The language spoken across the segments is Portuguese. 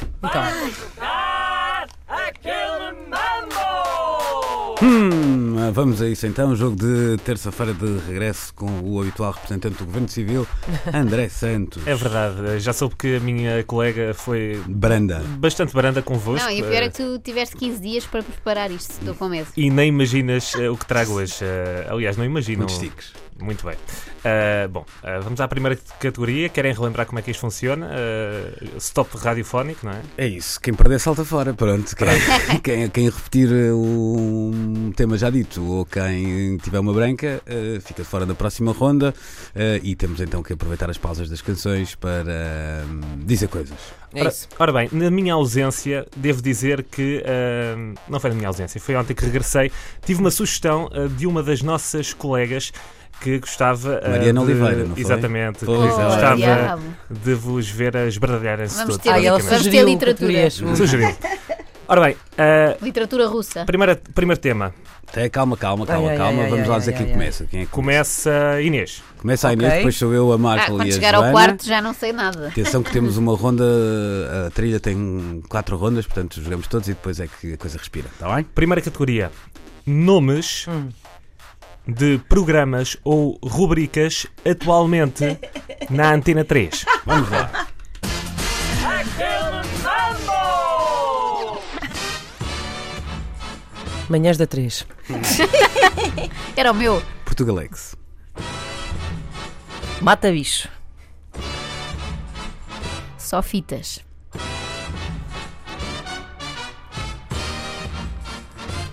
Então. Aquele mambo! Hum, vamos a isso então. Jogo de terça-feira de regresso com o habitual representante do Governo Civil, André Santos. É verdade, já soube que a minha colega foi Branda. bastante baranda convosco. eh, Não, e o pior é que tu tiveste 15 dias para preparar isto, estou com medo. E nem imaginas eh, o que trago hoje. Eh, aliás, não imaginam. Muitos tiques. Muito bem. Ah, bom, ah, vamos à primeira categoria. Querem relembrar como é que isto funciona? Ah, stop radiofónico, não é? É isso. Quem perder salta fora. Pronto. Quem, quem, quem repetir eh, um tema já dito ou quem tiver uma branca eh, fica de fora da próxima ronda. eh, e temos então que aproveitar as pausas das canções para hum, dizer coisas. É Ora- isso. Ora bem, na minha ausência, devo dizer que. ah, não foi na minha ausência, foi ontem que regressei. Tive uma sugestão ah, de uma das nossas colegas que gostava. ah, Mariana de- Oliveira, não foi? Exatamente. Pois, que ela- gostava Oh, diabo. de vos ver a esbardalharem-se Vamos todos. ter- Ah, ela basicamente. Vamos ter sugeriu literatura. categorias. Sugeriu. Ora bem, ah, Literatura russa. primeira, primeiro tema. Até, calma, calma, calma, Ai, ai, calma. ai, Vamos ai, lá ai, dizer ai, quem ai. começa. Quem é que começa? Começa Inês. Começa a Ok. Inês, depois sou eu, a Ah, Marco e quando a chegar Joana. ao quarto já não sei nada. Atenção que temos uma ronda, a trilha tem quatro rondas, portanto jogamos todos e depois é que a coisa respira, está bem? Primeira categoria: nomes de programas ou rubricas atualmente na Antena 3. Vamos lá. Manhãs da 3. Era o meu. Portugalex, Mata bicho. Só fitas.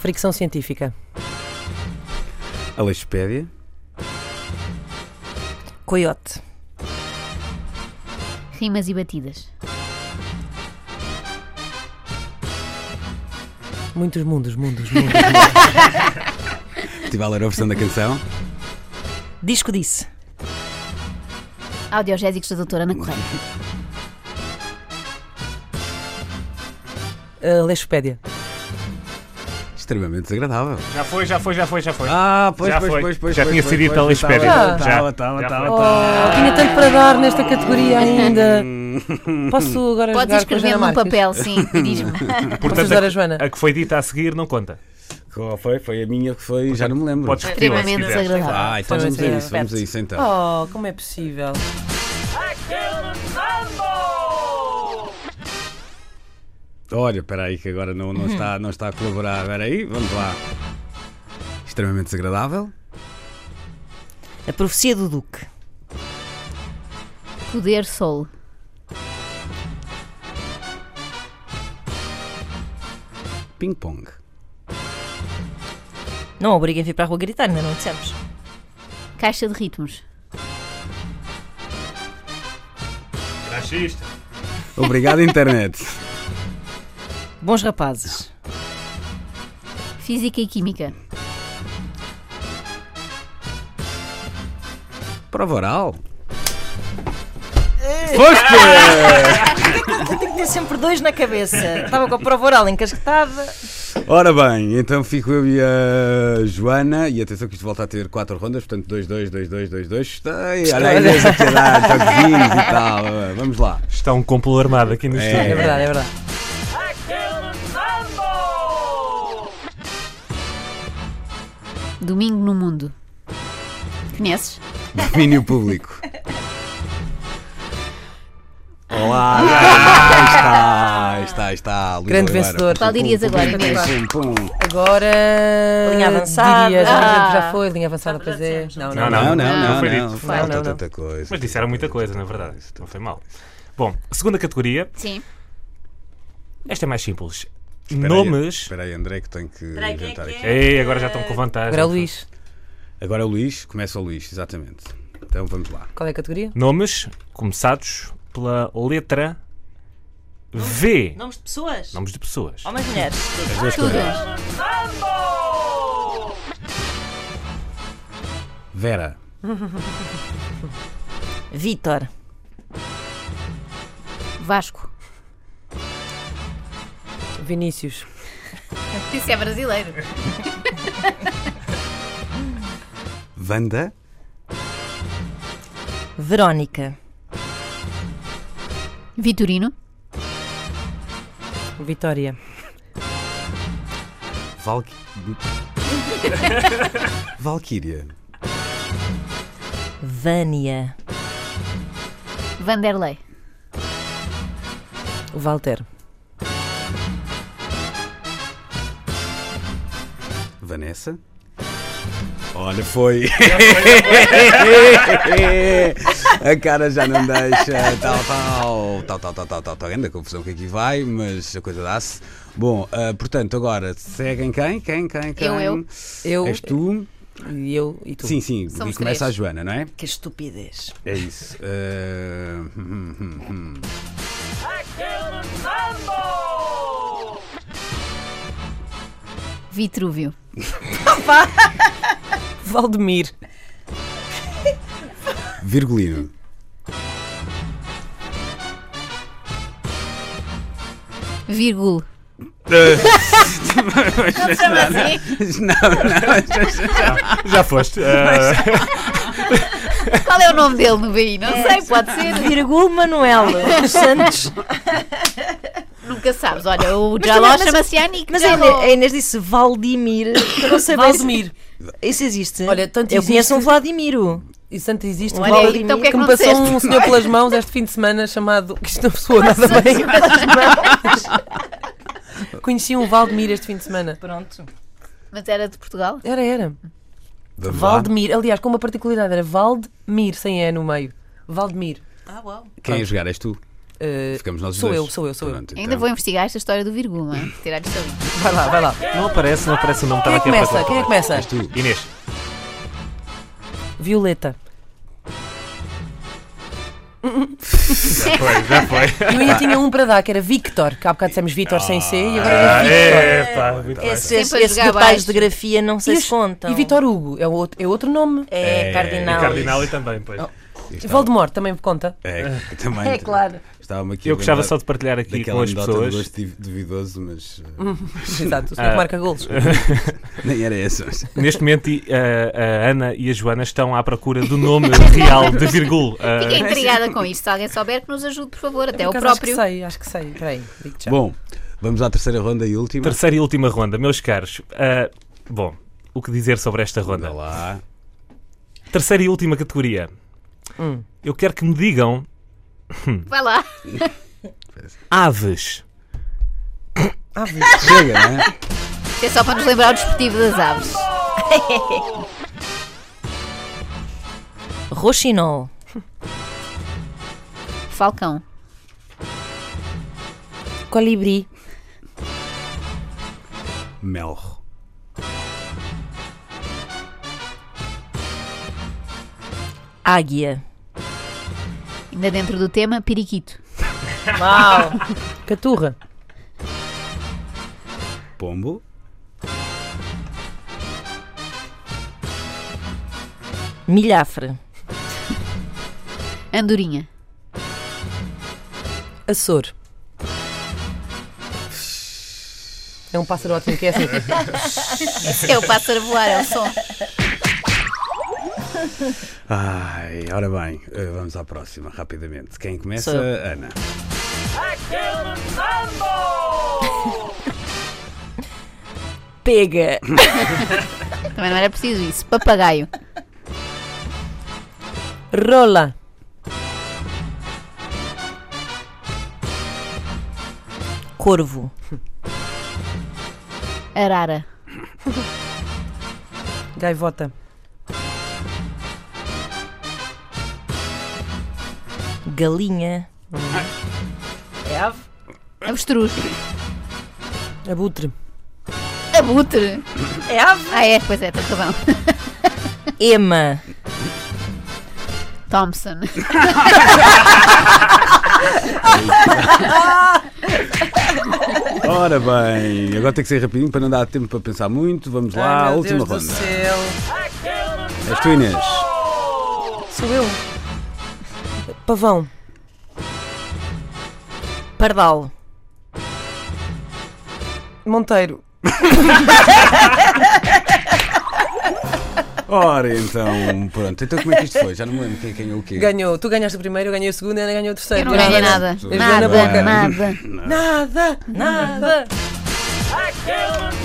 Fricção científica. Alexpédia, Coiote. Rimas e batidas. Muitos mundos, mundos, mundos. estive a ler é a versão da canção. Disco disse. Audiogésicos da doutora Ana Correia. Uh, Lexopédia. Extremamente desagradável. Já foi, já foi, já foi, já foi. Ah, pois, Já pois, foi. pois, pois. Já pois, tinha pois, sido pois, a Alexpédia. estava, Já. Estava, estava, Já estava, foi. Oh, tinha tanto para dar nesta categoria ainda. Posso agora Podes jogar com a Joana escrever num Marques? papel, sim, e diz-me. Posso Portanto, ajudar a a, Joana? a que foi dita a seguir não conta. Qual foi? Foi a minha que foi, já não me lembro. Podes repeti-la se Extremamente quiseres. desagradável. Ah, então Foi vamos a assim, isso, vamos a isso então. Oh, como é possível? Olha, espera aí que agora não, não, está, não está a colaborar. Espera aí, vamos lá. Extremamente desagradável. A profecia do Duque. Poder sol. Ping-pong. Não obriguem a vir para a rua gritar, ainda não dissemos. Caixa de ritmos. Machista. Obrigado, internet. Bons rapazes. Física e química. Prova oral. Foste! Tenho que ter sempre dois na cabeça. Estava com a prova oral encasquetada. Ora bem, então fico eu e a Joana. E atenção que isto volta a ter quatro rondas, portanto 2-2, 2-2, 2-2. Ai, Olha aí, Inês a tirar toquezinhos e tal. Vamos lá. Está um complô armado aqui no estúdio. É verdade, é verdade. Domingo no mundo. Conheces? Domínio público. Olá! Ah! Está, está, está. Luís Grande Oliveira. vencedor. Qual dirias agora, Pum, Inês? pum, pum. Agora. Linha avançada. Diria, já, Ah. já foi, linha avançada, pois é. Não, Não, não. Não, não, não. não foi não. dito. Falta Não, não, tanta coisa. Mas disseram muita coisa, na verdade. Não foi mal. Bom, segunda categoria. Sim. Esta é mais simples. Espera aí, Nomes. Espera aí, André, que tenho que inventar aqui. Ei, agora já estão com vantagem. Agora, é Luís, Agora é o Luís, começa o Luís, exatamente. Então vamos lá. qual é a categoria? Nomes começados pela letra V. Nomes de pessoas? Nomes de pessoas. Homens e mulheres. As duas Tudo. coisas. Vera, Vítor. Vasco. Vinícius. Isso é brasileiro. Wanda, Verónica. Vitorino. Vitória. Valk... Valkyria. Vânia. Vanderlei. Walter. Vanessa. Olha, foi. a cara já não deixa. Tal, tal, tal, tal, tal, tal, tal, tal. Ainda a confusão que aqui vai, mas a coisa dá-se. Bom, ah, portanto, agora seguem quem? Quem, quem, quem? Eu, eu. Eu És tu? e eu e tu. Sim, sim. Somos e começa a três. Joana, não é? Que estupidez. É isso. Ah, hum, hum, hum. Vitrúvio. Valdemir. Virgulino. Virgul. é assim. Não, Já foste. Ah, Qual é o nome dele no BI? Não sei, pode ser. Virgul Manuel dos Santos. Nunca sabes. Olha, o Mas também- Jaló mas- chama-se Yannick. Mas É a Inês, Jaló. a Inês disse Valdimir. Eu não sei bem se- Valdemir. Isso existe. Olha, tanto Eu existe- conheço um Vladimiro. E Santa existe Olha um aí, Valdemir então o que é que me não passou disseste? um senhor pelas mãos este fim de semana chamado. que Isto não soa nada bem. Conheci um Valdemir este fim de semana. Pronto. Mas era de Portugal? Era, era. Vamos lá. Valdemir. Aliás, com uma particularidade, era Valdemir, sem E no meio. Valdemir. Ah, uau. Quem a jogar és tu? Eh, Ficamos nós os sou dois. eu, sou eu, sou eu. Pronto, Ainda então. vou investigar esta história do Virgul, não é? Tirar-lhe salinho. vai lá, vai lá. não aparece, não aparece o nome. Quem Estava é que aqui a começa? aparecer. Quem é que começa? És tu. Inês. Violeta. Foi, já foi. Eu ainda tinha um para dar, que era Victor, que há bocado dissemos Victor sem C e agora era Ah, Victor. é, pá, muito bem. Esses, Sempre a esses jogar detalhes baixo. de grafia não E sei os- se contam. E Vitor Hugo, é outro, é outro nome. É, É, cardinal. Cardinal e também, pois. Isto E estava- Voldemort também conta. É, que também. É claro. Estava-me aqui a Eu gostava lembrar só de partilhar aqui com daquela as anedota de pessoas. gosto div- duvidoso, mas eh, Exato, o senhor que Ah. marca golos. nem era essa. Neste momento, e, eh, a Ana e a Joana estão à procura do nome real de Virgul. Eh, Fiquei intrigada com isto. Se alguém souber, que nos ajude, por É favor. Até Por o acaso, acho que próprio. sei, acho que sei. Peraí, digo já. Bom, vamos à terceira ronda e última. terceira e última ronda, meus caros. Eh, bom, o que dizer sobre esta ronda? Anda lá. Terceira e última categoria. Hum. Eu quero que me digam Vai lá. aves. Chega, né? Isto é só para nos lembrar o desportivo das aves. Roxinol. Falcão. Colibri. Melro. Águia. Ainda dentro do tema, periquito. Uau. Caturra, Pombo. Milhafre. Andorinha. Açor. É um pássaro ótimo que é assim. Esse é o pássaro voar, é o som. Ai, ora bem, eh, vamos à próxima, rapidamente. Quem começa? Sou Ana. Pega. Também não era preciso isso. Papagaio. Rola, Corvo. Arara. gaivota, Galinha. É Avestruz. abutre, Abutre. É ave. Ah, é, pois é, tens razão. Ema. Thompson. Ora bem, agora tem que ser rapidinho para não dar tempo para pensar muito. Vamos lá, Ai, meu última Deus ronda. do céu. És tu, Inês. Sou eu. Pavão, Pardal. Monteiro, Ora, então, pronto. Então, como é que isto foi? Já não me lembro quem ganhou o quê. Ganhou, tu ganhaste o primeiro, eu ganhei o segundo, a Ana ganhou o Eu terceiro. é não ganhei nada. Tudo Nada, bem. Nada, nada. Nada, nada.